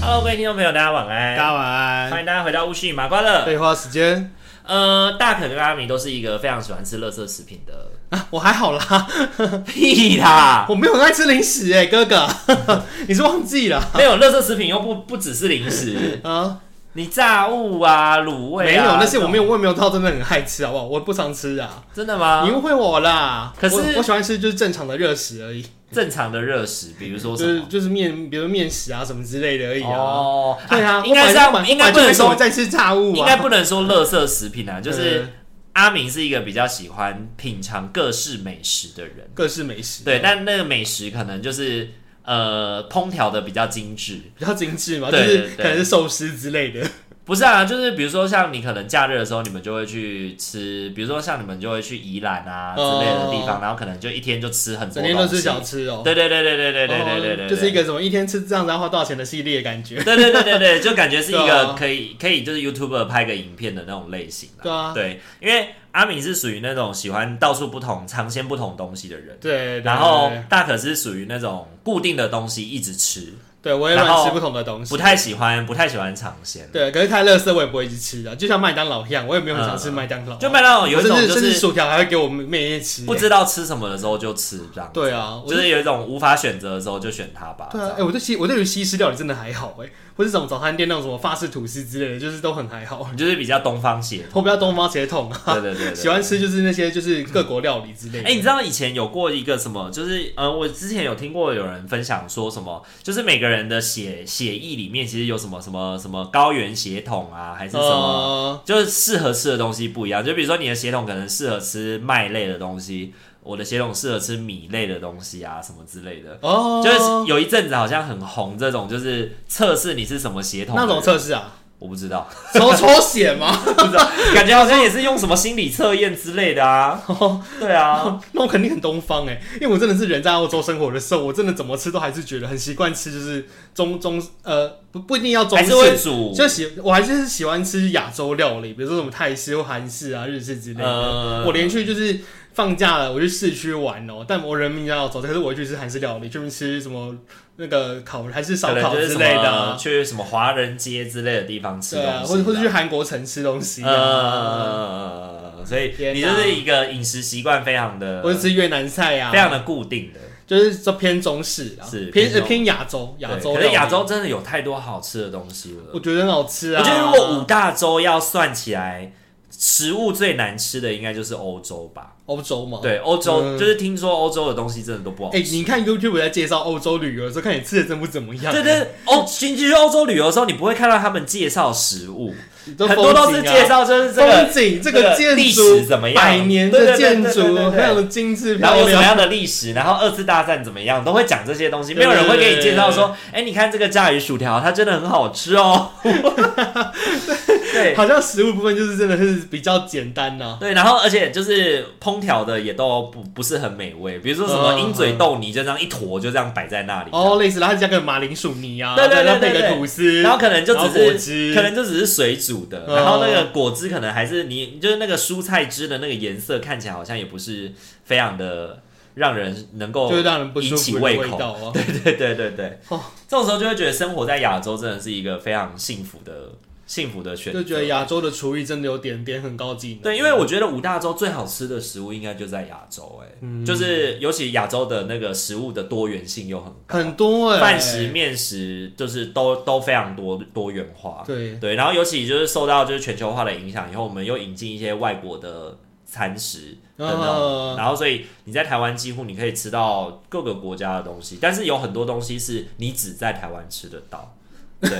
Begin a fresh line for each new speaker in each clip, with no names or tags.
Hello，各位听众朋友，大家晚安。
大家晚
欢
安。
迎大家回到巫师与麻瓜的。
废话时间
呃，大可跟阿米都是一个非常喜欢吃垃圾食品的。
啊，我还好啦，
屁啦！
我没有很爱吃零食哎、哥哥， 你是忘记了
没有垃圾食品又不不只是零食，
啊？
你炸物啊、卤味啊，
没有那些我没
有，
有，我也没有到真的很爱吃，好不好？我不常吃啊，
真的吗
你？误会我啦。
可是
我我喜欢吃就是正常的热食而已，
正常的热食，比如说
就
什
是
么？
就是面，比如面食啊什么之类的而已啊。
哦，
对啊，
应该是要，应该不能说，
再吃炸物啊，
应该不能说垃圾食品啊，就是
对
阿明是一个比较喜欢品尝各式美食的人。
各式美食，啊
对，但那个美食可能就是呃烹调的比较精致，
比较精致嘛，就
对
是
对对
可能是寿司之类的。
不是啊，就是比如说像你可能假日的时候，你们就会去吃，比如说像你们就会去宜兰啊之类的地方，然后可能就一天就吃很多
哦整天都
东
吃
西。
小吃哦。
对对对对对对对对对对，
哦就是一个什么一天吃这样子要花多少钱的系列感觉。
对。对对对对对，就感觉是一
对
个
啊
可以可以就是 YouTuber 拍个影片的那种类型啦。
对啊
对，因为阿敏是属于那种喜欢到处不同、尝鲜不同东西的人，
对，对
然后
对
大可是属于那种固定的东西一直吃，
对我也
然后
乱吃不同的东西，
不太喜欢不太喜欢尝鲜。
对，可是太乐色我也不会一直吃啊的，就像麦当劳一样，我也没有很想吃麦当劳啊，
嗯就麦当劳有一种
我甚至
就
甚至
是
薯条还会给我们妹妹吃，
不知道吃什么的时候就吃这样子，
对啊，我
就是有一种无法选择的时候就选它吧。
对
这
啊，
样
哎、我对西我对于西式料理真的还好哎、或是这种早餐店那种什么法式吐司之类的，就是都很还好。
你就是比较东方血
我
统，
比较东方血统啊，
对对对对，
喜欢吃就是那些就是各国料理之类
哎、
的。
你知道以前有过一个什么？就是呃，我之前有听过有人分享说什么，就是每个人的血血液里面其实有什么什么什么高原血统啊，还是什么，
呃
就是适合吃的东西不一样。就比如说你的血统可能适合吃麦类的东西，我的血统适合吃米类的东西啊，什么之类的。
哦，
就是有一阵子好像很红这种，就是测试你是什么血统的
那
人。
种测试啊，
我不知道，
抽抽血吗？
不知道，感觉好像也是用什么心理测验之类的啊。
哦
对啊，
那我肯定很东方哎、因为我真的是人在澳洲生活的时候，我真的怎么吃都还是觉得很习惯吃，就是中中呃不不一定要中
还
式
是，会煮。
就喜我还是喜欢吃亚洲料理，比如说什么泰式或韩式啊、日式之类的。
呃
我连续就是放假了，我去市区玩哦、但我人民在澳洲，可是我去吃韩式料理，去吃什么那个烤还是烧
可能
烤
就是
之类的
什么
啊、
去什么华人街之类的地方吃
对啊，
东西，
或者或者去韩国城吃东西、啊。
呃，所以
天哪
你就是一个饮食习惯非常的，
或者吃越南菜啊，
非常的固定的。
就是说偏中式啊，
是
偏
偏
呃
中
偏亚洲，亚洲
对可
料理。
是亚洲真的有太多好吃的东西了。
我觉得很好吃啊。
我觉得如果五大洲要算起来，食物最难吃的应该就是欧洲吧。
欧洲嘛，，
对，欧洲、
嗯
就是听说欧洲的东西真的都不好吃。
哎、你看 YouTube 在介绍欧洲旅游的时候，看你吃的真不怎么样，
对对，欧你去欧洲旅游的时候，你不会看到他们介绍食物，
都
很
风景啊、
多都是介绍就是这个
风景，这
这个
个建
历
筑
史怎么样
百年
对对
的
对
建
对对
筑
对对
非常的精致
然后
漂
有什么
亮。
样的历史，然后二次大战怎么样，都会讲这些东西。没
对
有人会给你介绍说，哎，你看这个炸鱼薯条，它真的很好吃哦。 对
好像食物部分就是真的是比较简单呐、
对，然后而且就是烹调的也都不不是很美味，比如说什么
嗯
鹰嘴豆泥就这样一坨就这样摆在那里，
哦，类似，然后加个马铃薯泥啊，
对对对
然后
对
配
对
个吐司，
然后可能就
然后果
只是
汁
可能就只是水煮的，
嗯
然后那个果汁可能还是你就是那个蔬菜汁的那个颜色看起来好像也不是非常的让人能够
就是让人不舒
引起
服的
胃
味
口
道啊。
对对对对对，
哦
这种时候就会觉得生活在亚洲真的是一个非常幸福的幸福的选择。
就觉得亚洲的厨艺真的有点点很高技能。
对，因为我觉得五大洲最好吃的食物应该就在亚洲、哎、
嗯
就是尤其亚洲的那个食物的多元性又很高，
很多哎、
饭食、面食就是都都非常多多元化。
对，
对，然后尤其就是受到就是全球化的影响以后，我们又引进一些外国的餐食等等，
嗯
然后所以你在台湾几乎你可以吃到各个国家的东西，但是有很多东西是你只在台湾吃得到。对，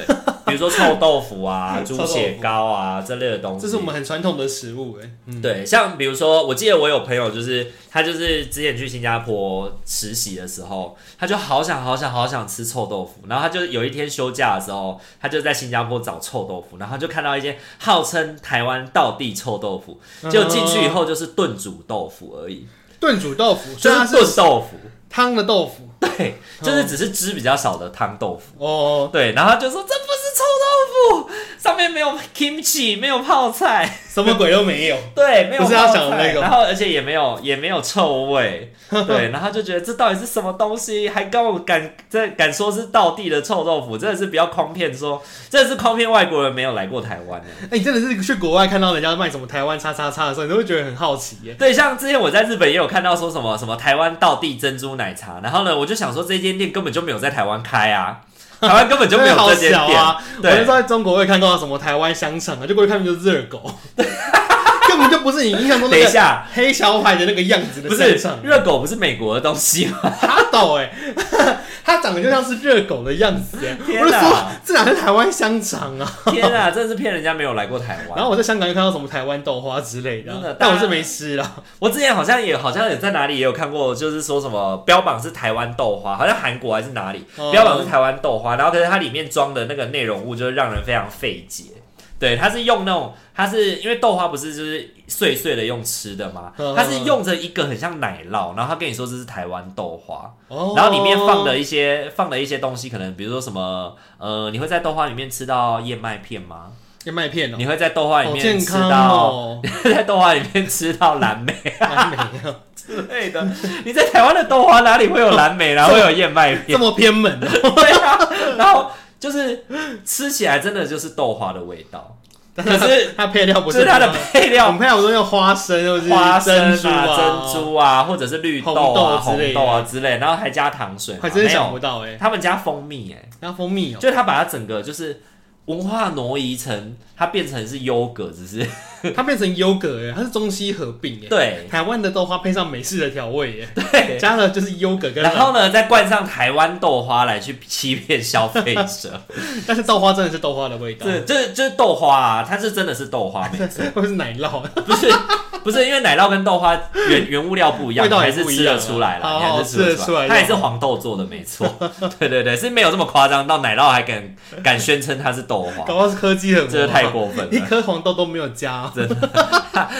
比如说臭豆腐啊、
臭
猪
豆腐
血糕啊这类的东西，
这是我们很传统的食物哎、嗯，
对，像比如说，我记得我有朋友，就是他就是之前去新加坡实习的时候，他就好想好想好想吃臭豆腐，然后他就有一天休假的时候，他就在新加坡找臭豆腐，然后他就看到一间号称台湾道地臭豆腐，结果进去以后就是炖煮豆腐而已，
炖煮豆腐，
就
所以它
是炖
是
豆腐，
汤的豆腐
对，就是只是汁比较少的汤豆腐。
哦，
对，然后他就说这不是臭豆腐，上面没有 kimchi，没有泡菜，
什么鬼都没有。
对，没有
不是他
泡
想的
菜
那个
然后而且也没有也没有臭 味，对，然后就觉得这到底是什么东西，还跟我敢这敢说是道地的臭豆腐，真的是不要诓骗说，真的是诓骗外国人没有来过台 湾的。
哎、你真的是去国外看到人家卖什么台湾叉叉叉的时候，你都会觉得很好奇耶、
对，像之前我在日本也有看到说什么什么台湾道地珍珠奶茶，然后呢，我就想说这间店根本就没有在台湾开啊， 台湾根本就没有
因为好
这间
小
店，
啊！我
对
就在中国会看到什么台湾香肠啊，就过去看就是热 狗，根本就不是你印象中
等一
那个
下。
黑小海的那个样子的
不是
香 肠，
热狗，不是美国的东西 吗？
哈斗哎，它长得就像是热狗的样子哎、
天
我就说
哪
这哪是台湾香肠啊？
天啊，真的是骗人家没有来过台湾。
然后我在香港又看到什么台湾豆花之类的
真的
啊，但我
大家
是没吃啦。
我之前好像也好像也在哪里也有看过，就是说什么标榜是台湾豆花，好像韩国还是哪里
哦
标榜是台湾豆花，然后可是它里面装的那个内容物就是让人非常费解。对，它是用那种，它是因为豆花不是就是碎碎的用吃的吗
嗯？
它是用着一个很像奶酪，然后他跟你说这是台湾豆花，
哦
然后里面放了一些放了一些东西，可能比如说什么呃，你会在豆花里面吃到燕麦片吗？
燕麦片哦、
你会在豆花里
好
面
健
吃
康
到，
哦、
你会 在豆花里面吃到蓝莓。
蓝莓啊，
之类的。你在台湾的豆花哪里会有蓝莓啦，然后会有燕麦
这
片？
么偏门哦、
对啊，然后就是吃起来真的就是豆花的味道，可是
它配料不
就是是它的
比较
配
我
料
们。配料都用花生，或者是
花生啊、珍
珍珠啊、
珠啊，或者是绿豆啊、
红豆之
红
类的
豆啊之类，然后还加糖水嘛，
还真的
没
想不
有，
到哎、欸，
他们加蜂蜜，哎，
加蜂蜜哦、
就是他把它整个就是文化挪移成，它变成是优格，只 是
它变成优格哎、它是中西合并哎、
对
台湾的豆花配上美式的调味哎、
对，
加了就是优格跟蓝莓，
然后呢再灌上台湾豆花来去欺骗消费者，
但是豆花真的是豆花的味道，
这这这是豆花啊，它是真的是豆花，没错，
或者是奶酪，
不是 不是因为奶酪跟豆花原原物料不一样，
味道
你
也
还是
不一
吃
样
得出来
啊
了，你还是吃
哦吃
得
得
出
出来
来，它也是黄豆做的，没错， 对对对，是没有这么夸张，到奶酪还敢敢宣称它是豆花
搞，啊到是科技很
这个太过分
一
了。
颗黄豆都没有加，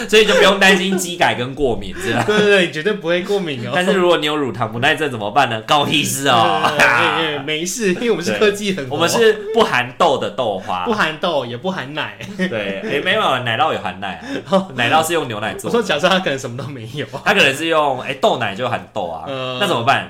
所以就不用担心肌改跟过敏，是 吧？
对对对，你绝对不会过敏哦、
但是如果你有乳糖不耐症怎么办呢？高医师
对 对对
哦，
哎没事，因为我们是科技很，
我们是不含豆的豆花
不，含豆也不含奶。
对，诶没有奶酪有含奶 啊，奶酪是用牛奶
我
做的
说。假设他可能什么都没有，
他可能是用哎、豆奶就含豆啊，
嗯
那怎么办？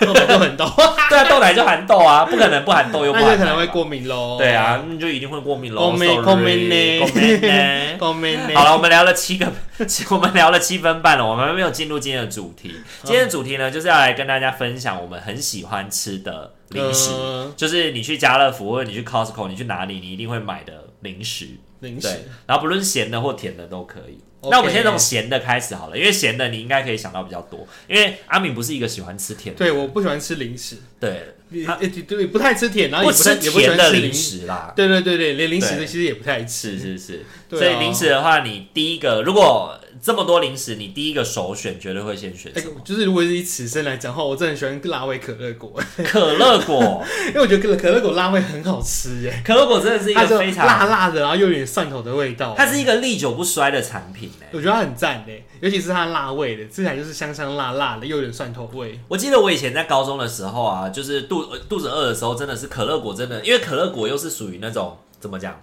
豆奶就很豆，
对啊，豆奶就含豆 啊，不可能不含豆又不
那
含奶
就可能会
吧。
过哦敏喽。
对啊，那就一定会过敏喽。
过敏
sorry，
过敏呢
过敏 呢
过敏呢。
好了，我们聊了七个， 我们聊了七分半了，我们没有进入今天的主
嗯
题。今天的主题呢，就是要来跟大家分享我们很喜欢吃的零食，
呃
就是你去家乐福或者你去 Costco，你去哪里，你一定会买的零食。
零
对
食，
然后不论咸的或甜的都可以。
OK
那我们先从咸的开始好了，因为咸的你应该可以想到比较多，因为阿敏不是一个喜欢吃甜的，
对，我不喜欢吃零食，
对，
也
啊
也对，不太吃甜，然啊后也不太
吃
也不喜
甜
欢
的
吃
零
零食。
食啦。
对对对对，连零食
对
其实也不太
是
吃。
是是，
对
所
啊
以零食的话，你第一个如果这么多零食，你第一个首选绝对会先选
哎
什么？，
就是如果是以此生来讲的话，我真的很喜欢辣味哎可乐果，
可乐果，
因为我觉得可乐可乐果辣味很好吃耶，
可乐果真的是一
它
个
就
非
辣
常，
辣的，然后又有点蒜头的味道。啊
它是一个历久不衰的产品欸呢。
我觉得它很赞嘞，尤其是它辣味的，吃起来就是香香辣辣的，又有点蒜头味。
我记得我以前在高中的时候啊，就是肚呃肚子饿的时候，真的是可乐果，真的，因为可乐果又是属于那种怎么讲，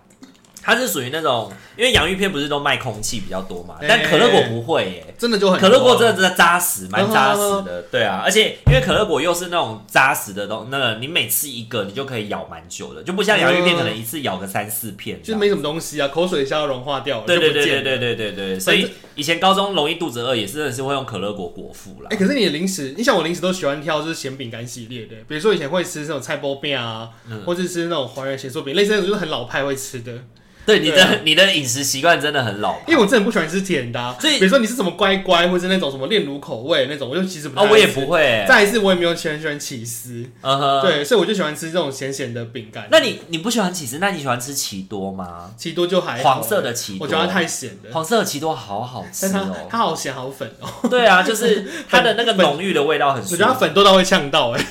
它是属于那种，因为洋芋片不是都卖空气比较多嘛，
哎
但可乐果不会欸耶、
真的就很
可乐果
多
真的扎实，蛮扎实 的，对啊，而且因为可乐果又是那种扎实的东，那个你每吃一个你就可以咬蛮久的，就不像洋芋片
嗯
可能一次咬个三四片这
就是
样，
没什么东西啊，口水一下要融化掉了，
对对对
就
对
不见了
对对对对，所以以前高中容易肚子饿也是真的是会用可乐果果腹啦
哎、，可是你的零食，你像我零食都喜欢挑就是咸饼干系列的，比如说以前会吃那种菜包饼啊，
嗯
或者吃那种还原咸酥饼，类似那种就是很老派会吃的。
对你
对啊
的你的饮食习惯真的很老
因为我真的不喜欢吃甜的、啊，
所以
比如说你是什么乖乖，或是那种什么炼乳口味那种，我就其实不太
啊，
爱吃
我也不。会欸，
再一次，我也没有很喜欢起司，
嗯哼，
对，所以我就喜欢吃这种咸咸的饼干。
那你你不喜欢起司，那你喜欢吃奇多吗？
奇多就还好
黄色的奇多，
我觉得它太咸了，
黄色的奇多好好吃
但它
哦。
它好咸好粉 哦、
对啊，就是它的那个浓郁的味道很
我
舒
觉得它
服，
粉多到会呛到哎、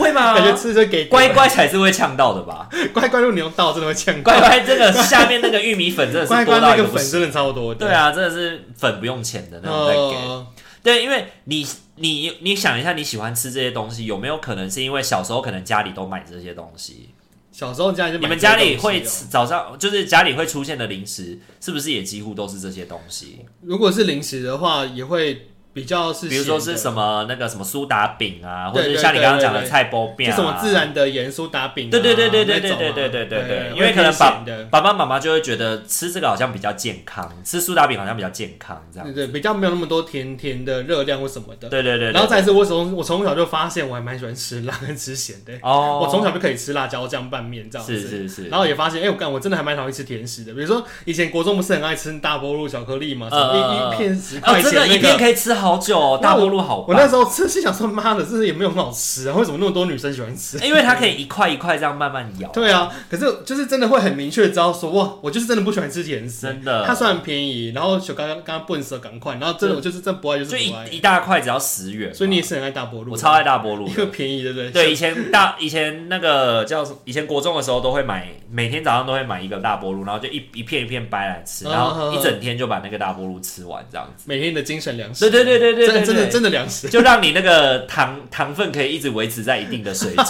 会吗？
感觉吃着给
啊乖乖才是会呛到的 吧？
乖乖，如果你用倒真的会呛到。
乖乖这个下面那个玉米粉真的
乖
是
乖
多到
那
一个
个
不
粉
行。
真的超多的，
对啊，真的是粉不用钱的那种在给。
呃
对，因为你你你想一下，你喜欢吃这些东西，有没有可能是因为小时候可能家里都买这些东西？
小时候家里就
你
买
们
这些
家里
东西
会
哦
吃早上就是家里会出现的零食，是不是也几乎都是这些东西？
如果是零食的话，也会比较是，
比如说是什
么，
么那个什么苏打饼啊，或
对
者
对
是像你
对
刚刚
对
讲的
对
菜包饼
就
啊，
什么自然的盐酥打饼啊、
对对对对对
那
对
种啊
对对对对对，因
会
为可能
偏
爸
咸的。
爸爸妈妈就会觉得吃这个好像比较健康，吃苏打饼好像比较健康这样
对。对，比较没有那么多甜甜的热量或什么的。
对对对，
然后再是，我从我从小就发现我还蛮喜欢吃辣跟吃咸的。
哦，
我从小就可以吃辣椒酱拌面这样子。
是是是，
然后也发现，哎、我干，我真的还蛮讨厌吃甜食的。比如说以前国中不是很爱吃大波路巧克力嘛，什么一、
嗯嗯嗯
一片十
哦
块钱
真
那个。
的，一片可以吃好久哦，
那
大波路好
我那
棒，
时候吃是想说，妈的，这也没有很好吃啊，为什么那么多女生喜欢吃？
因为它可以一块一块这样慢慢咬。
对啊，可是就是真的会很明确地知道说，哇，我就是真的不喜欢吃甜食，
真的
它虽然便宜，然后小刚刚刚笨蛇赶快，然后真的我就是真的不爱就是
就
不
一
爱，
一大块只要十元嘛，
所以你也是很爱大波路，
我超爱大波路
因
的
为。便宜，对不对？
对，以前大以前那个叫什么？以前国中的时候都会买，每天早上都会买一个大波露，然后就一一片一片掰来吃，
嗯
然后
嗯
一整天就把那个大波露吃完，这样子。
每天的精神粮食，
对对对对对对，
真的真的
对
真的 粮食，
就让你那个糖糖分可以一直维持在一定的水准。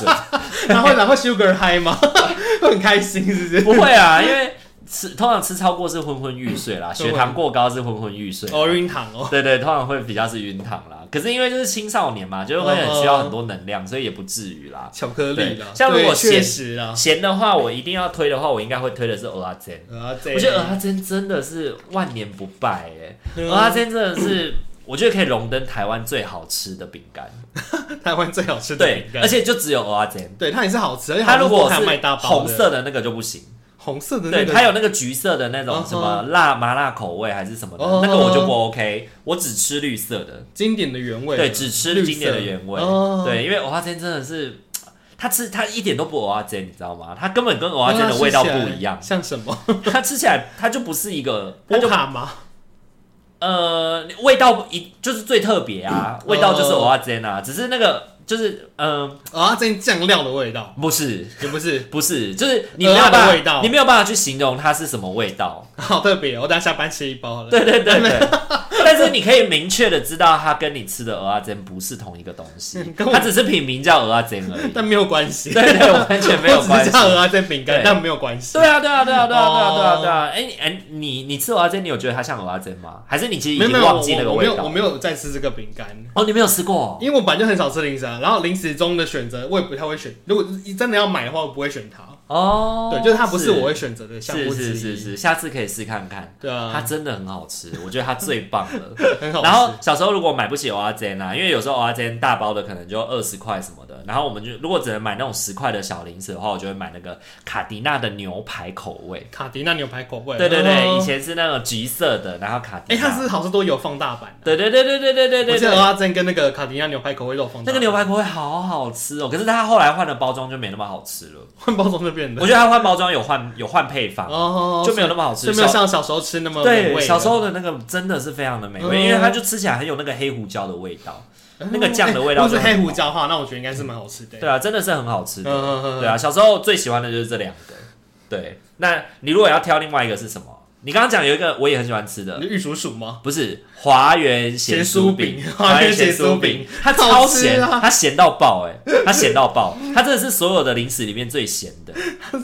然后然后 sugar high 吗？ 会很开心是不是？
不会啊，因为吃通常吃超过是昏昏欲睡啦，血糖过高是昏昏欲睡。
哦，晕糖哦，
对对，通常会比较是晕糖啦。可是因为就是青少年嘛，就是会很需要很多能量，所以也不至于啦。
巧克力啦，
对像如果
对确
咸
实啦，
咸的话，我一定要推的话，我应该会推的是蚵仔煎。
啊，这
我觉得蚵仔煎真的是万年不败哎、
嗯
蚵仔煎真的是我觉得可以荣登台湾最好吃的饼干，
台湾最好吃的
对
饼，干
而，且就只有蚵仔煎。
对它也是好吃，而且
它如果
还有卖
是
大包
红
的
色的那个就不行，
红色的那
对，
个，
它有那个橘色的那
嗯
种
哼
什么辣麻辣口味还是什么的
哦，
那个我就不 OK，我只吃绿色的，
经典的原味嘛，
对，嗯只吃
绿
经典的
色
原味
哦，
对，因为蚵仔煎真的是。它吃它一点都不蚵仔煎，你知道吗？它根本跟蚵仔煎的味道不一样，
像什么？
嗯它吃起来它就不是一个， 它
波
就
卡吗？
呃，味道一就是最特别啊，味道就是蚵仔煎啊，只是那个就是嗯、
啊，这酱料的味道，
不是
也不是，
不是，就是你没有办
鹅啊
法
的味道
你没有办法去形容它是什么味道。
好特别哦。我等下下班吃一包好了。
对对对 对，但是你可以明确的知道，它跟你吃的蚵仔煎不是同一个东西
嗯，跟我
它只是品名叫蚵仔煎而已。
但没有关 系，
对对，完全没有
我只
关
是
系。
叫鹅啊，这饼干，
对
但没有关系。
对啊，对啊，对啊，对啊，对啊，对啊，
哦
对啊！哎、你哎、你你吃蚵仔煎，你有觉得它像蚵仔煎吗？还是你其实
没
已
有没
经
有，
忘记那个
我我
味
没有
道？
我没有再吃这个饼干，
哦，你没有吃过？
因为我本来就很少吃零食啊。然后零食中的选择，我也不太会选。如果真的要买的话，我不会选它。
哦，
对，就是它不是我会选择的项
是
目之
是是
一。
是，下次可以试看看。
对
它
啊，
真的很好吃，我觉得它最棒了。
很好吃。
然后小时候如果买不起蚵仔煎啊，因为有时候蚵仔煎大包的可能就二十块什么的，然后我们就如果只能买那种十块的小零食的话，我就会买那个卡迪娜的牛排口味。
卡迪娜牛排口味，
对对
哦
对，以前是那种橘色的，然后卡迪
哎，
娜。
它是好像都有放大版的。
对对对对对对对
我
对
记得
对。
阿珍跟那个卡迪亚牛排口味都有放
那
大
个牛排口味好好吃哦，可是它后来换了包装就没那么好吃了。
汉堡从那边的
我觉得它换包装有换有换配方，
嗯哦，
就没有那么好
所
吃。
以没有
小
像小时候吃那么美
对
味
小时候的那个真的是非常的美味，
嗯
因为它就吃起来很有那个黑胡椒的味道。
的
那个酱的味道
如果
就是很
哎黑
好
胡椒的话，那我觉得应该是蛮好吃的。
对啊，真的是很好吃
嗯
的。
嗯嗯，
对啊，小时候最喜欢的就是这两个。对，那你如果要挑另外一个是什么？你刚刚讲有一个我也很喜欢吃的
你，玉蜀黍吗？
不是华园咸酥饼
咸酥饼，
华园咸酥
华园咸酥饼
饼，它超
好吃
咸，
啊
它咸到爆哎、它咸到爆，它真的是所有的零食里面最咸的。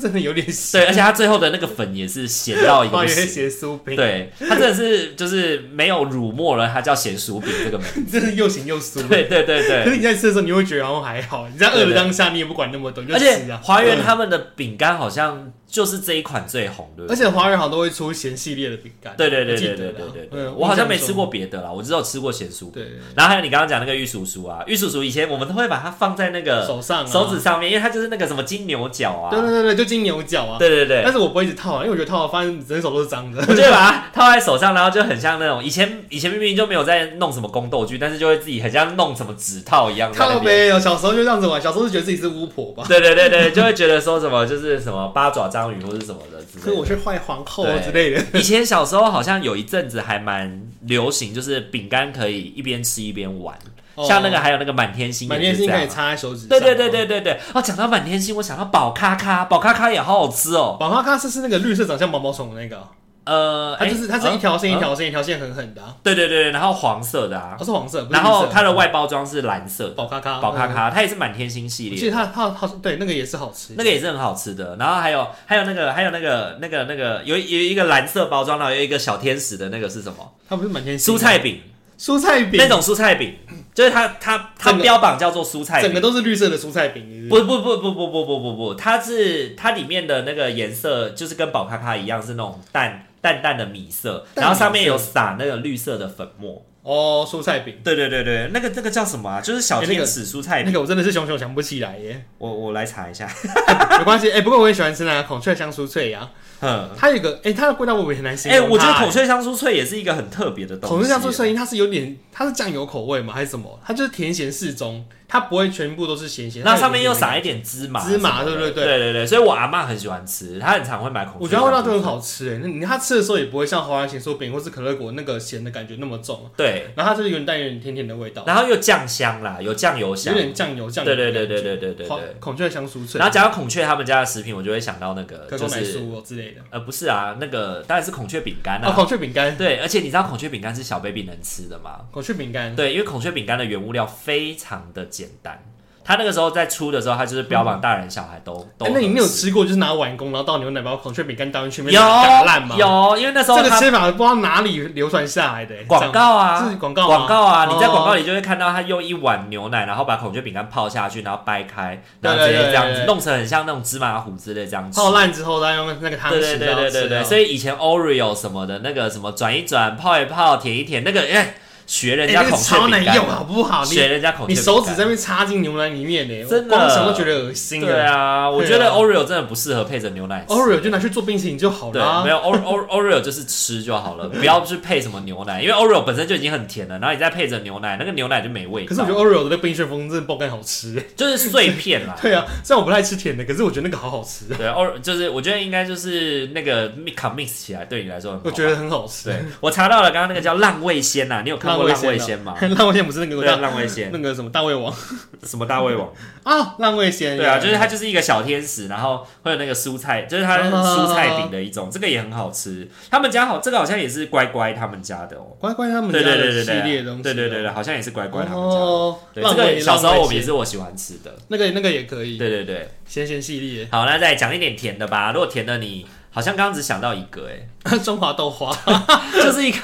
真的有点咸。
对，而且它最后的那个粉也是咸到一个
花
不
园
行。
咸酥饼，，
对，它真的是就是没有乳沫了，它叫咸酥饼这个名字。
真的又咸又酥。
对对对
可是
对，
你在吃的时候，你会觉得好像还好。你在饿的当下，你也不管那么多，你就
而
吃
且
啊。
华园他们的饼干好像就是这一款最红的。
而且华人好像都会出咸系列的饼干。
对对对
我记
对
得
对
啦
对对对，
嗯，
我好像没
印象
吃
中
过。别的啦，我只有吃过咸酥饼。
对，
然后还有你刚刚讲那个玉叔叔啊，玉叔叔以前我们都会把它放在那个
手上啊
手指上面，因为它就是那个什么金牛角啊，
对对对对，就金牛角啊。
对对对
但是我不会一直套啊，因为我觉得套了发现你整手都是脏的。
我就会把它套在手上，然后就很像那种以前以前明明就没有在弄什么宫斗剧，但是就会自己很像弄什么指套一样在那
靠
边。
没有，小时候就这样子玩，小时候就觉得自己是巫婆吧。
对对对对，就会觉得说什么就是什么八爪章鱼或是什么的之
可是
类
我
的。
是坏皇后
对
之类的，
以前小时候好像有一阵子还蛮流行，就是饼干可以一边吃一边玩，
哦
像那个还有那个满天星，
满天星可以
插。
插在手指上。
啊对对对对，对对，哦，讲到满天星，我想到宝咖咖，宝咖咖也好好吃哦。
宝花咖是是那个绿色长像毛毛虫的那个啊，
呃，
它就是
诶
它是一条线
嗯
一条线一条线狠狠的啊，
嗯对对对，然后黄色的啊
它，是黄色，不是
然后
绿色
它的外包装是蓝色的，
宝咖咖
宝咖，
嗯
咖，它也是满天星系
我
列
记得
的。
它它它对那个也是好吃，
那个也是很好吃的，然后还有还有那个还有那个那个那个有有一个蓝色包装，然后有一个小天使的那个是什么？
它不是满天星啊
蔬菜饼，
蔬菜饼
那种蔬菜饼，就是它它它
整个
标榜叫做蔬菜
整个
饼，
都是绿色的蔬菜饼，是不
不
是
不不不不不不不不，它是它里面的那个颜色就是跟宝咖咖一样是那种淡淡淡的米色，
淡米色
然后上面有撒那个绿色的粉末。
哦蔬菜饼，
对对对对，那个那个叫什么啊？就是小
哎那个
天使蔬菜
那
饼。
个我真的是熊熊想不起来耶，
我我来查一下。
没关系，哎，不过我也喜欢吃那个孔雀香酥脆啊呀，
嗯，
它有一个哎它的味道我也很难形
哎，
容它，
我觉得孔
哎
雀香酥脆也是一个很特别的东西。
孔雀香酥脆，它是有点它是酱油口味吗还是什么？它就是甜咸适中，它不会全部都是咸咸，
那上面又
啥？
撒一点芝麻，
芝麻
什么的
对对对
对对对，所以我阿妈很喜欢吃，她很常会买孔雀。
我觉得它味道真的很。好吃欸诶，那你它吃的时候也不会像花园咸酥饼或是可乐果那个咸的感觉那么重，啊
对，
然后它就是有点带有点甜甜的味道，
然后又酱香啦，有酱油
有
香。
点酱油酱油
对
的
对
感
对
觉。
对对对对
好
对。
孔雀香酥脆，
然后讲到孔雀他们家的食品，我就会想到那个
可
就
口奶
是
酥哦之类的。
呃不是啊，那个当然是孔雀饼干
哦，
啊。
孔雀饼干，
对，而且你知道孔雀饼干是小 baby 能吃的吗？
孔雀饼干，
对，因为孔雀饼干的原物料非常的简单。他那个时候在出的时候，他就是标榜大人小孩都、都
嗯
能
哎
吃。
那你没有吃过就是拿碗工然后倒牛奶把孔雀饼干倒进去，没
有
打烂吗？
有，因为那时候
这个
他
吃法不知道哪里流传下来的诶
广告
这样
啊
是，广告吗
广告啊，你在广告
哦
里就会看到他用一碗牛奶，然后把孔雀饼干泡下去，然后掰开，然后
对
直
对
接
对
这样
对
子
对
弄成很像那种芝麻糊之类这样吃。
泡烂之后再用那个汤匙
对对对对对对，所
以
以以前 Oreo 什么的那个什么转一转、泡一泡、舔一舔，那个哎、学人
哎
家
那个
孔雀
超
饼
难
干，啊
用好不好？你
学人家孔雀
你
饼干，啊
手指在那边插进牛奶里面呢，
真的
光想都觉得恶心了。
对啊，我觉
对
得
啊
Oreo 真的不适合配着牛奶吃。
Oreo 就拿去做冰淇淋就好
对
了、，啊
没。有 O O Oreo 就是吃就好了，不要去配什么牛奶，因为 Oreo 本身就已经很甜了，然后你再配着牛奶，那个牛奶就没味道。
可是我觉得 Oreo 的那冰旋风真的爆干好吃。 。
就是碎片啦
对啊，虽然我不太吃甜的，可是我觉得那个好好吃，
对，or 就是我觉得应该就是那个 mix mix 起来，对你来说很好。
我觉得很好吃。
对，我查到了，刚刚那个叫浪味仙呐、你有看过浪味仙
仙
吗
啊？ 浪味仙不是那个
对啊，
叫
浪味仙
那个什么大胃王
什么大胃 王？
啊？浪味仙。
对啊，就是它就是一个小天使，然后会有那个蔬菜，就是它蔬菜饼的一种，这个也很好吃。他们家好，这个好像也是乖乖他们家的哦。
乖乖他们家
对对对
的
对
系
对，
列的东西。啊
对对对对，好像也是乖乖他们家的。
哦，
对，这
浪
个
味
小时候我们也
也
是我喜欢吃的。
那个那个也可以，
对对对，
咸咸系列
好，那再讲一点甜的吧。如果甜的你好像刚刚只想到一个、欸，
中华豆花，
就是一个，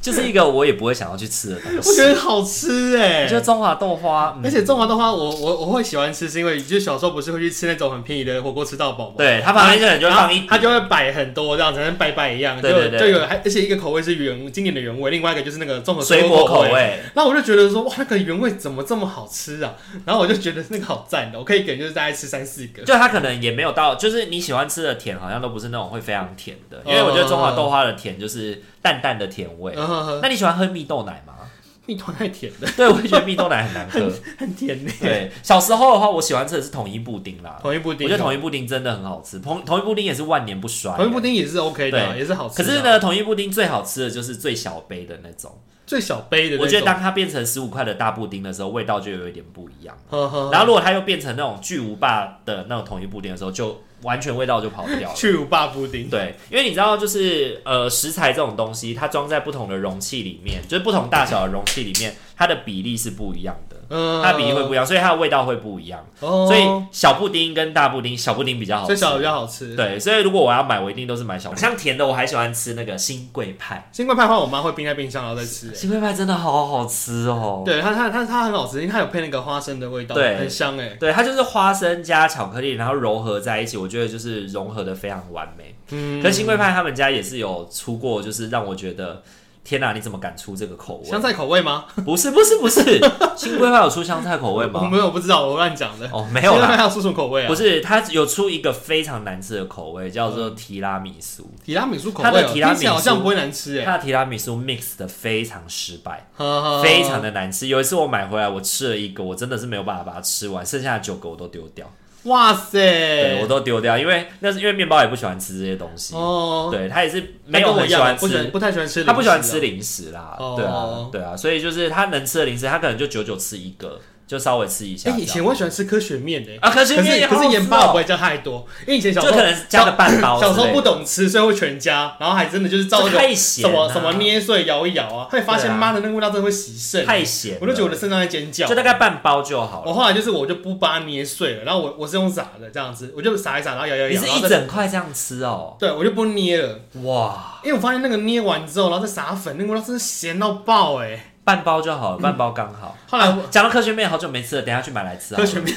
就是一个我也不会想要去吃的东
我觉
西。
得好吃哎
我觉。得中华豆花，嗯
而且中华豆花我，我我会喜欢吃，是因为就是小时候不是会去吃那种很便宜的火锅吃到饱吗？
对它旁边就很就会放一
然后它就会摆很多这样子，像拜拜一样，
对对对
就就有，还而且一个口味是原经典的原味，另外一个就是那个综合
水果口
口。
味，
那我就觉得说，哇，那个原味怎么这么好吃啊？然后我就觉得那个好赞的，我可以给就是大概吃三四个。
就它可能也没有到，就是你喜欢吃的甜，好像都不是那种会非常甜的，
嗯
因为我觉得中华豆花的甜就是淡淡的甜味。
然后
那你喜欢喝蜜豆奶吗？
嗯 蜜桃太甜了，
对，我也觉得蜜豆奶很难 喝。
很甜呢。
对，小时候的话，我喜欢吃的是统一布丁啦。
同一布
我
丁，
觉得统一布丁真的很好吃，统统一布丁也是万年不衰。
同一布丁也是 OK 的，啊
对
也是好吃。
可是，呢，统一布丁最好吃的就是最小杯的那种。
最小杯的那种，
我觉得当它变成十五块的大布丁的时候，味道就有一点不一样。
呵呵，
然后如果它又变成那种巨无霸的那种统一布丁的时候，就完全味道就跑 掉了。
去五霸布丁，
对，因为你知道，就是呃，食材这种东西，它装在不同的容器里面，就是不同大小的容器里面，它的比例是不一样的，
嗯，
它的比例会不一样，所以它的味道会不一样。
哦，
所以小布丁跟大布丁，小布丁比较好
所
吃
以。小的比较好吃。，
对，所以如果我要买，我一定都是买小布丁。像甜的，我还喜欢吃那个新贵派，
新冠派的话，我妈会冰在冰箱然后再吃、欸。
新贵派真的好好吃哦。
对，它它它它很好吃，因为它有配那个花生的味道，
对
很香哎、
对，它就是花生加巧克力，然后柔合在一起，我觉得就是融合的非常完美。
嗯，
可是新贵派他们家也是有出过，就是让我觉得天哪、你怎么敢出这个口味？
香菜口味吗？
不是不是不是，新规派有出香菜口味
我
吗？
没有，我不知道，我乱讲的。
哦，没有啦，
还有出什么口味啊？
不是，它有出一个非常难吃的口味，叫
嗯
做提拉米苏。
提拉米苏口
它
味、
的
哦，
提拉
听起来好
米苏
像不会难吃哎、
它的提拉米苏 mix 的非常失败，
欸，
非常的难吃。有一次我买回来，我吃了一个，我真的是没有办法把它吃完，剩下的九个我都丢掉，
哇塞，
对我都丢掉，因为那是因为面包也不喜欢吃这些东西，
哦，
对他也是
它
没有
跟我
很
一
喜
样
欢
不喜欢
吃。
不太喜欢吃、
他不喜欢吃
零啊
零食啦，
哦
对啊，对啊，所以就是他能吃的零食，他可能就久久吃一个，就稍微吃一
食
下这
啊。哎、
样。
以前我喜欢吃科学面哎、
啊，可
可
是面也
是
好
可
好
是
吃
盐巴我
哦
不会加太多，因为以前小
就
时候
可能加个半包之类
小
的，
时候不懂吃，所以会全加，然后还真的就是照那
这
个
太
什
咸
么
了
什么捏碎摇一摇啊，会发现
对啊
妈的那个味道真的会洗肾，
太咸了，
我就觉得我的肾脏在尖叫
就。大概半包就好
我
了。
后来就是我就不把它捏碎了，然后我我是用撒的这样子，我就撒一撒，然后摇摇
你
摇，
是
然后
一
再
整块这样吃哦，
对我啊就不捏了，
哇，
因为我发现那个捏完之后，然后再撒粉，那个味道真的咸到爆哎、
半包就好了，半包刚好。
后来我
啊讲到科学面，好久没吃了，等一下去买来吃啊
科。学面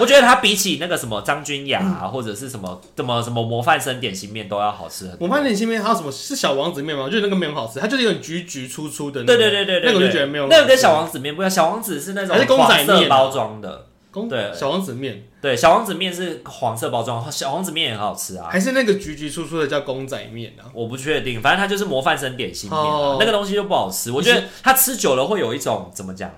我觉得它比起那个什么张君雅啊，或者是什么什么什么模范生点心面都要好吃很多。
我发现你前面还有什么是小王子面吗？我觉得那个面很好吃，它就是有点橘橘粗粗的、那
对
个。
对对对对，
那个我就觉得
对
没有很好吃。
那个跟小王子面不一样，小王子是那种
还是公仔面啊
黄色包装的，
公
对
小王子面，
对，小王子面是黄色包装，小王子面也很好吃啊。
还是那个橘橘粗粗的叫公仔面啊？
我不确定，反正它就是模范生点心面、啊
哦
那个东西就不好吃。我觉得它吃久了会有一种怎么讲，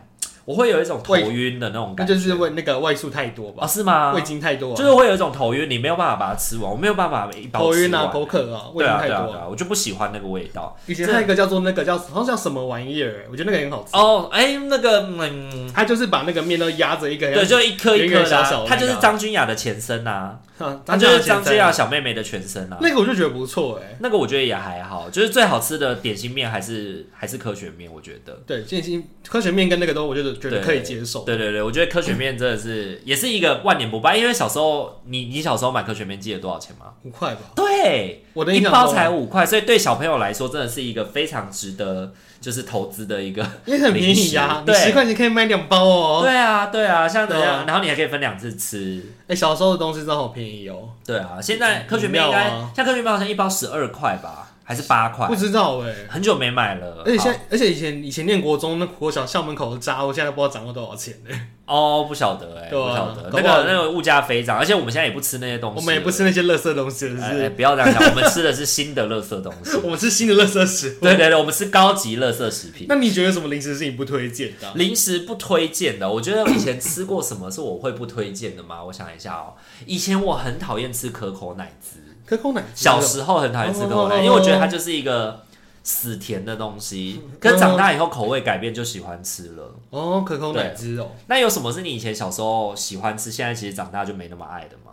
我会有一种头晕的那种
那
感觉。
就是为那个味素太多
啊、
吧，
是吗？
味精太多、啊，
就是会有一种头晕，你没有办法把它吃完，我没有办法一包
头
吃
晕
完。
啊、口渴啊，味
对
精
啊，
太
对
多、
啊，对啊，我就不喜欢那个味道。
以前还有一个叫做那个叫好像叫什么玩意儿，我觉得那个也很好吃。
哦，哎，那个，嗯，
它就是把那个面都压着一个，
对，就一颗一
圆
颗
圆
的、
小小的
啊，它
那
就是
个啊
张君雅的前身呐、
啊
它就是张君雅
啊，
小妹妹的全身啊。
那个我就觉得不错哎、
那个我觉得也还好，就是最好吃的点心面还是还是科学面，我觉得。
对，建新科学面跟那个都，我觉得觉得可以接受。
对对对，我觉得科学面真的是也是一个万年不败，因为小时候你你小时候买科学面记得多少钱吗？
五块吧，
对，
我的
一
印象
包
中
才五块，所以对小朋友来说真的是一个非常值得就是投资的一个。
因为很便宜呀、
零食
你
对
十块钱可以买两包哦。
对啊，对啊，像这
对
样，
啊
然后你还可以分两次吃。
哎、小时候的东西真的好便宜哦，
对啊，现在科学面应
饮
该、
料啊
像科学面好像一包十二块吧，还是八块
不？知道哎、
很久没买了，
而且现
好
在，而且以前以前念国中那国小校门口的渣，我现在都不知道涨到多少钱欸呢、
哦，不晓得哎、
对啊
不晓得
搞
那
不好
个那个物价飞涨，而且我们现在也不吃那些东西了，
我们也不吃那些垃圾东西，是不
哎哎
是？
不要这样讲，我们吃的是新的垃圾东 西。
我们吃新的垃圾食物。
对对对，我们吃高级垃圾食品。
那你觉得有什么零食是你不推荐的啊、
零食不推荐的，我觉得我以前吃过什么是我会不推荐的吗？我想一下哦，以前我很讨厌吃可口奶汁，
可口奶汁哦
小时候很讨厌吃可口奶，
哦
因为我觉得它就是一个死甜的东西。可是长大以后口味改变就喜欢吃了。
哦，可口奶汁哦，
那有什么是你以前小时候喜欢吃，现在其实长大就没那么爱的吗？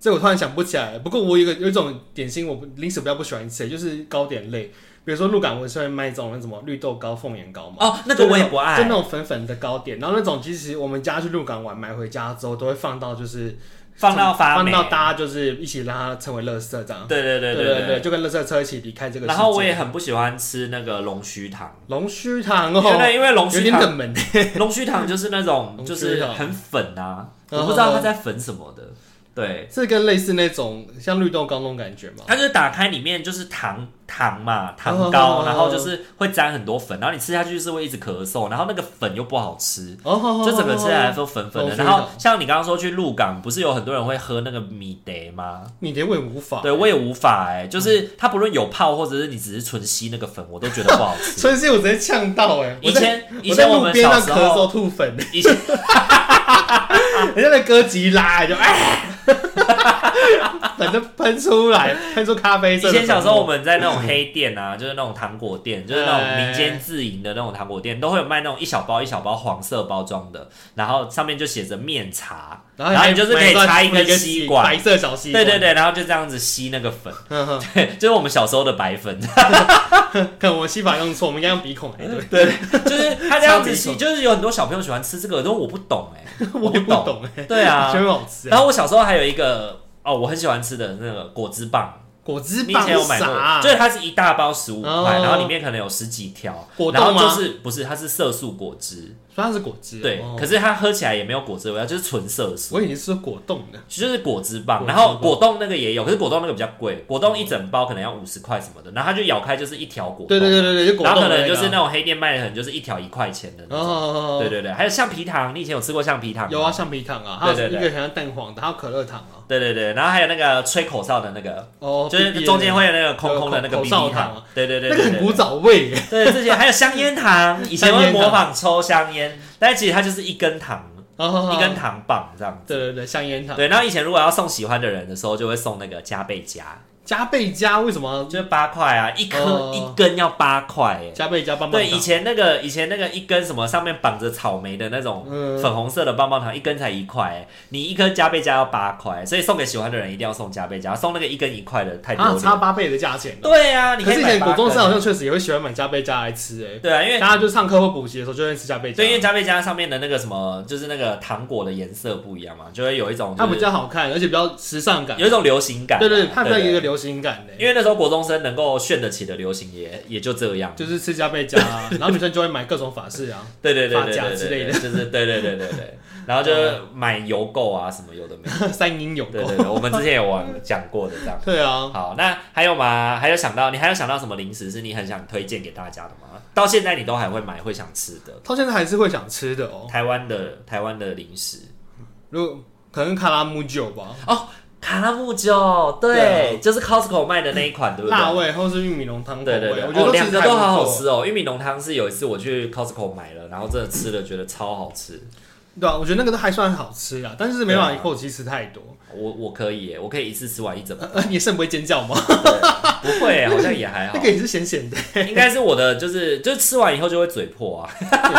这我突然想不起来。不过我有一个有一种点心，我不零食比较不喜欢吃，就是糕点类，比如说鹿港文是会卖这种那什么绿豆糕、凤眼糕嘛。
哦，那个我也不爱
就那。种粉粉的糕点，然后那种其实我们家去鹿港玩，买回家之后都会放到就是
放到发霉
放到大家就是一起让它成为垃圾这样。
对对对
对
对
对，。就跟垃圾车一起离开这个世界。
然后我也很不喜欢吃那个龙须糖，
龙须糖
因
哦，
为因为龙
有
须
点
糖
冷门 欸，
龙须糖就是那种
龙须糖
就是很粉啊，
嗯
我不知道它在粉什么的。对，
是跟类似那种像绿豆糕那种感觉嘛。
它就是打开里面就是糖糖嘛，糖
嗯嗯
膏，
嗯
然后就是会沾很多粉，然后你吃下去是会一直咳嗽，然后那个粉又不好吃。
哦，
就整个啊吃起来都粉粉的，
龙须
然
糖
后像你刚刚说去鹿港，不是有很多人会喝那个米得吗？
你的胃无法。
对我也无法哎、就是它不论有泡或者是你只是纯吸那个粉，我都觉得不好 吃。
所以是我直接呛到哎、欸，
以
我在
前以
我在
前我
路
们
边
小
那
时
咳
候，
嗽吐粉，
以前
人家在哥吉拉欸就哎， 粉都喷 出来，喷出咖啡
以
色的粉
前
末。
小时候我们在那种黑店 啊，就是那种糖果店，就是那种民间自营的那种糖果店，都会有卖那种一小包一小包黄色包装的，然后上面就写着面茶，
然后
然后你就是可以插一
哎个
根吸管
白色小吸
对
管。
对对，然后就这样子吸那个粉，
嗯哼，
对，就是我们小时候的白粉，
可能我吸法用错，我们应该用鼻孔来对。
就是他这样子
超
吸，
级
就是有很多小朋友喜欢吃这个，但我不懂哎、
我也
不
不懂哎，
对啊
觉，得好吃欸。
然后我小时候还有一个哦，我很喜欢吃的那个果汁棒，
果汁
你以
棒
前有买
啥
过
啊？，
就是它是一大包十五
哦
块，然后里面可能有十几条
果，冻
然
吗
后就是不是它是色素果汁，
所以它是果汁哦。
对，
哦
可是它喝起来也没有果汁的味道，就是纯色素。
我以为是果冻的。
就是果汁棒，
果汁棒
然后果冻那个也有，可是果冻那个比较贵，果冻一整包可能要五十块什么的，然后它就咬开就是一条果冻，
对对对对对，就果
然
冻
后
的
可
个啊。
能就是那种黑店卖的，可能就是一条一块钱的那种，
哦，
对对对，还有橡皮糖，你以前有吃过橡皮糖吗？
有啊，橡皮糖啊，还有
对
一
对
个
对
很像蛋黄的，还有可乐糖啊。
对对对，然后还有那个吹口哨的那个，
哦，
就是中间会有那个空空的那个
口
BB
口哨糖
糖
啊，
对对对，
那个
对
很
对
古早味耶。
对，这些还有香烟糖，以前
香
会
烟糖
模仿抽香烟，但其实它就是一根糖，
一
一根。糖棒这样
哦对
子。
对对，香烟糖
对，然后以前如果要送喜欢的人的时候，就会送那个加倍加，
加倍加为什么
就是八块啊，一颗、
哦
一根要八块耶。
加倍加棒棒
对，
糖
以前那个以前那个一根什么上面绑着草莓的那种
嗯
粉红色的棒棒糖，一根才一块耶，你一根加倍加要八块，所以送给喜欢的人一定要送加倍加，送那个一根一块的太多
啊，
了。
差八倍的价钱哦。
对啊，你
可是以
买
前
八
国中生好
根
像确实也会喜欢买加倍加来吃诶，
对啊，因为
大家就上课或补习的时候就会吃加倍加
对，因，为加倍加上面的那个什么，就是那个糖果的颜色不一样嘛，就会有一种、
它
就是
比较好看，而且比较时尚感。
有一种流行感啊、
对对，它比较有一
对
个流行感的，
因为那时候国中生能够炫得起的流行也也就这样，
就是吃加倍加 啊，然后女生就会买各种法式啊。
对对对
发
对
夹
对
之
对
类
对，
的哦
就是对对对对 对，然后就买邮购啊什么有的没的，
三阴有
对
够
对。对，我们之前有 玩讲过的这样。
对啊，
好，那还有吗？还有想到你还有想到什么零食是你很想推荐给大家的吗？到现在你都还会买会想吃的
到现在还是会想吃的哦。
台湾的台湾的零食
如果可能卡拉姆酒吧，
哦，卡拉木酒，对，
对啊
就是 Costco 卖的那一款，对不对？
辣味或是玉米浓汤口
对对
味
对，，
我觉得
哦，两
其实
个
还不
都
错
好好。吃哦。玉米浓汤是有一次我去 Costco 买了，然后真的吃了，觉得超好吃。
对啊，我觉得那个都还算好吃啊，但是没办法
对啊
一口气吃太多。
我我可以耶，我可以一次吃完一 整包，
呃，你肾不会尖叫
啊
吗？
不会耶，好像也还好
那。个也是咸咸的，
应该是我的，就是就是吃完以后就会嘴破 啊，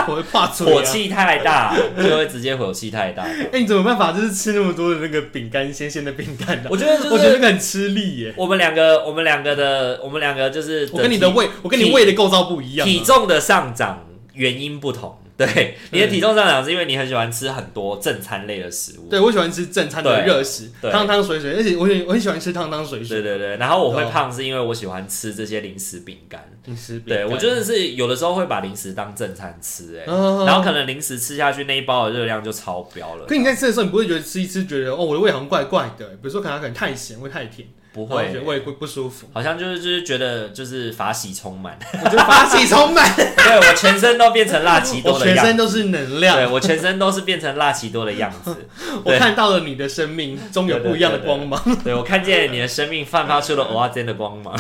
我会怕嘴
火
啊。
气太大，就会直接火气太 大。
哎、你怎么有办法？就是吃那么多的那个饼干，鲜鲜的饼干的，
我觉得就
我觉得那
是
个很吃力耶。
我们两个，我们两个的，我们两个就是
我跟你
体
的胃，我跟你胃的构造不一样、
体
啊。
重的上涨原因不同。对，你的
对
体重上涨是因为你很喜欢吃很多正餐类的食物。
对，我喜欢吃正餐的
对
热食，
对
汤汤水水，而且我很我很喜欢吃汤汤水
对
水。
对对，然后我会
对啊
胖是因为我喜欢吃这些零食饼干。
你吃饼干，
对我真的是有的时候会把零食当正餐吃、哎、
嗯
然后可能零食吃下去那一包的热量就超标了。
可你在吃的时候，你不会觉得吃一吃觉得哦，我的胃好像怪怪的，比如说可能它可能太咸或太甜，
不
然后觉得
会，
胃会不舒服。
好像就是就是觉得就是法喜充满，
我就发起充满，
对我全身都变成辣奇
我
多的
全
样子，
身都是能
对
量，
我全身都是变成辣奇多的样子。
我
对
看到了你的生命中有不一样的光芒。
对我看见你的生命散发出了蚵仔煎的光 芒。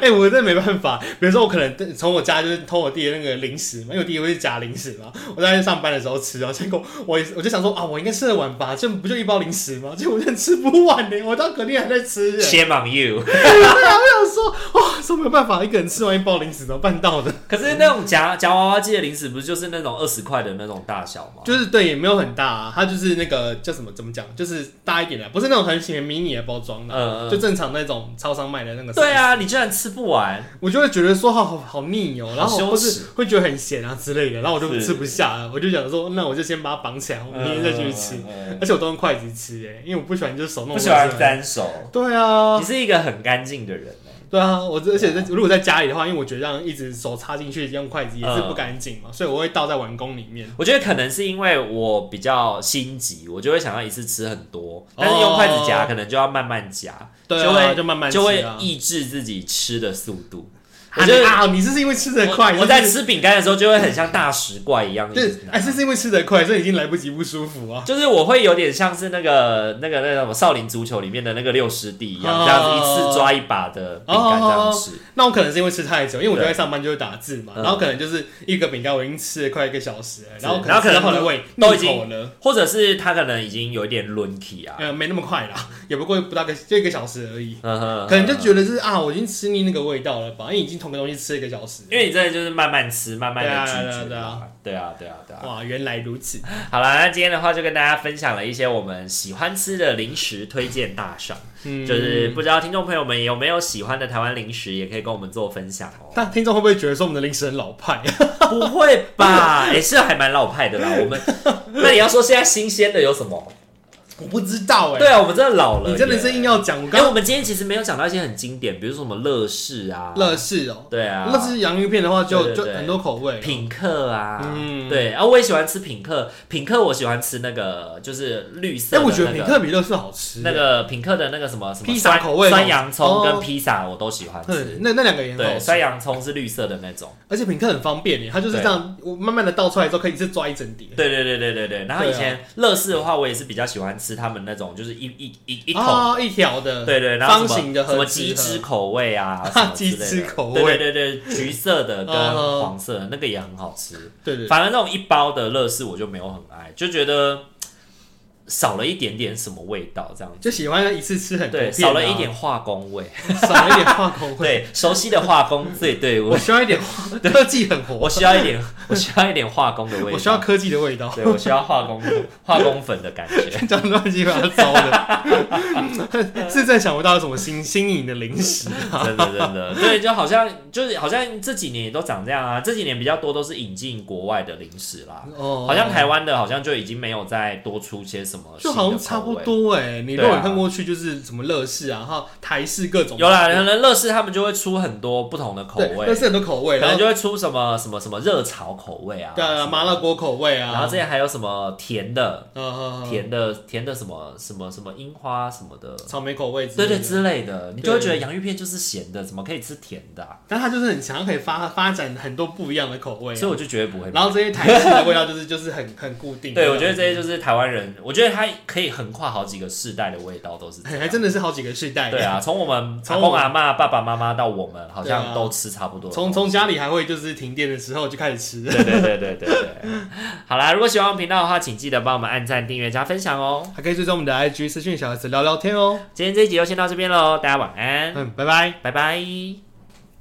哎、我真的没办法。比如说，我可能从我家就是偷我弟的那个零食嘛，因为我弟会夹零食嘛。我在上班的时候吃，然后结果我我就想说啊，我应该吃得完吧，这不就一包零食吗？结果我真的吃不完呢、我到隔天还在吃、欸。
Shame on you！
我想说，哇、说没有办法，一个人吃完一包零食怎么办 到的？
可是那种夹夹娃娃机的零食不是就是那种二十块的那种大小吗？
就是对，也没有很大、啊，它就是那个叫什么？怎么讲？就是大一点的，不是那种很显迷你的包装的，
嗯嗯
就正常那种超商卖的那个。
对，啊，你居然吃不完。
我就会觉得说好好好腻哦、然
好羞
后或
耻
是会觉得很咸啊之类的，然后我就是吃不下了，我就想说，那我就先把它绑起来，我明天再
嗯
去吃。而且我都用筷子吃、欸，因为我不喜欢就是手弄。
不喜欢。单手。
对
你
啊，
是一个很干净的人、欸，
对啊，我而且在如果在家里的话，因为我觉得这样一直手插进去用筷子也是
嗯
不干净嘛，所以我会倒在碗公里面。
我觉得可能是因为我比较心急，我就会想要一次吃很多，但是用筷子夹
哦
可能就要慢慢夹，
对
就
啊，
会
就慢慢吃、啊，
就会抑制自己吃的速度。我觉得
啊，你这是因为吃的快，
我我在
你这是，
吃饼干的时候就会很像大食怪一样，一
对
直，拿
哎，这是因为吃的快，所以已经来不及不舒服啊。
就是我会有点像是那个那个那个什么少林足球里面的那个六师弟一样，
哦
这样子一次抓一把的饼干这样吃。
那我可能是因为吃太久，因为我就在上班就会打字嘛，
嗯
然后可能就是一个饼干我已经吃了快一个小时了，
是
然后可
然
能
后
吃
可
到
能
后来胃
都
入
已经
口了，
或者是他可能已经有一点轮体啊，
呃，没那么快啦，也不过不到个就一个小时而已，
嗯哼，
可能就
得，
觉得是啊，我已经吃腻那个味道了吧，因为已经同个东西吃了一个小时。
因为你真的就是慢慢吃，慢慢的咀嚼
对
嘛
啊，
对啊，对啊，对啊。
哇，原来 如此，
好啦，那今天的话就跟大家分享了一些我们喜欢吃的零食推荐大赏，
嗯
就是不知道听众朋友们有没有喜欢的台湾零食，也可以跟我们做分享哦。
但听众会不会觉得说我们的零食很老派？
不会吧？也、是还蛮老派的啦。我们那你要说现在新鲜的有什么？
我不知道哎、
对啊，我们真的老了耶。
你真的是硬要讲，我
哎、
刚
我们今天其实没有讲到一些很经典，比如说什么乐事啊，
乐事哦，
对啊，
乐事洋芋片的话就
对对
就
对
很多口味了，
品客啊，
嗯
对啊，我也喜欢吃品客。品客我喜欢吃那个就是绿色
哎，
的、那
我
个，
觉得品客比乐事好吃。
那个品客的那个什么什么
披萨
酸
口味吗
酸洋葱跟
哦
披萨我都喜欢
对
吃。
那那两个也很好
对，
吃
酸洋葱是绿色的那种。
而且品客很方便耶，它就是这样，我慢慢的倒出来之后可以一次抓一整碟。
对对对对对对。然后以前
啊
乐事的话，我也是比较喜欢吃他们那种，就是一一一一桶
啊，一条的，
对对，然后什么
方形的
什么
和
鸡
汁
汁
盒
口味 啊，什么之类的
鸡汁口味
对对对对，橘色的跟
嗯
黄色的那个也很好吃。
对对，对
反而那种一包的乐事我就没有很爱，就觉得嘖少了一点点什么味道这样子。
就喜欢一次吃很多
对，
片啊，
少了一点化工 味，
少了一点化工味，
对，熟悉的化工最对
我
味。
需要一点化科技很活，
我需要一点， 我需要一点化工的味道。
我需要，科技的味道，
对我需要化工 化工粉的感 觉。
讲得乱七八糟的， 是在想不到有什么新新颖的零食啊。
真的真的，对，就好像就是好像这几年也都长这样啊，这几年比较多都是引进国外的零食啦，
哦
好像台湾的好像就已经没有再多出些什么，
就好像差不。多哎，你如
对
果
啊
看过去就是什么乐事啊，然后台式各种
有啦，可能乐事他们就会出很多不同的口
对
味
乐，事很多口味，
可能
然后
就会出什么什么什么热炒口味啊，
对啊
什么
麻辣，锅口味啊，
然后之前还有什么甜的、
呃
甜的、甜的什么什么什么樱花什么的，
草莓口味之
对
类的
对之类的，你就会觉得洋芋片就是咸的，怎么可以吃甜的啊？
但它就是很强，可以发发展很多不一样的口味啊、
所以我就绝对不会买。
然后这些台式的味道就是 就是很很固定。
对，我觉得这些就是台湾人，我觉得它可以横跨好几个世代的味道都是这
哎
样。
还真的是好几个世代。
对，啊，从我们阿
从我
公阿妈、爸爸妈妈到我们，好
对
像
啊
都吃差不多的东
从
西。
从家里还会就是停电的时候就开始吃。
对对对对对对。 好啦，如果喜欢我们频道的话，请记得帮我们按赞、订阅、加分享哦。
还可以追踪我们的 IG 私讯小孩子聊聊天哦。
今天这一集就先到这边喽，大家晚安，
嗯，拜拜。
拜拜。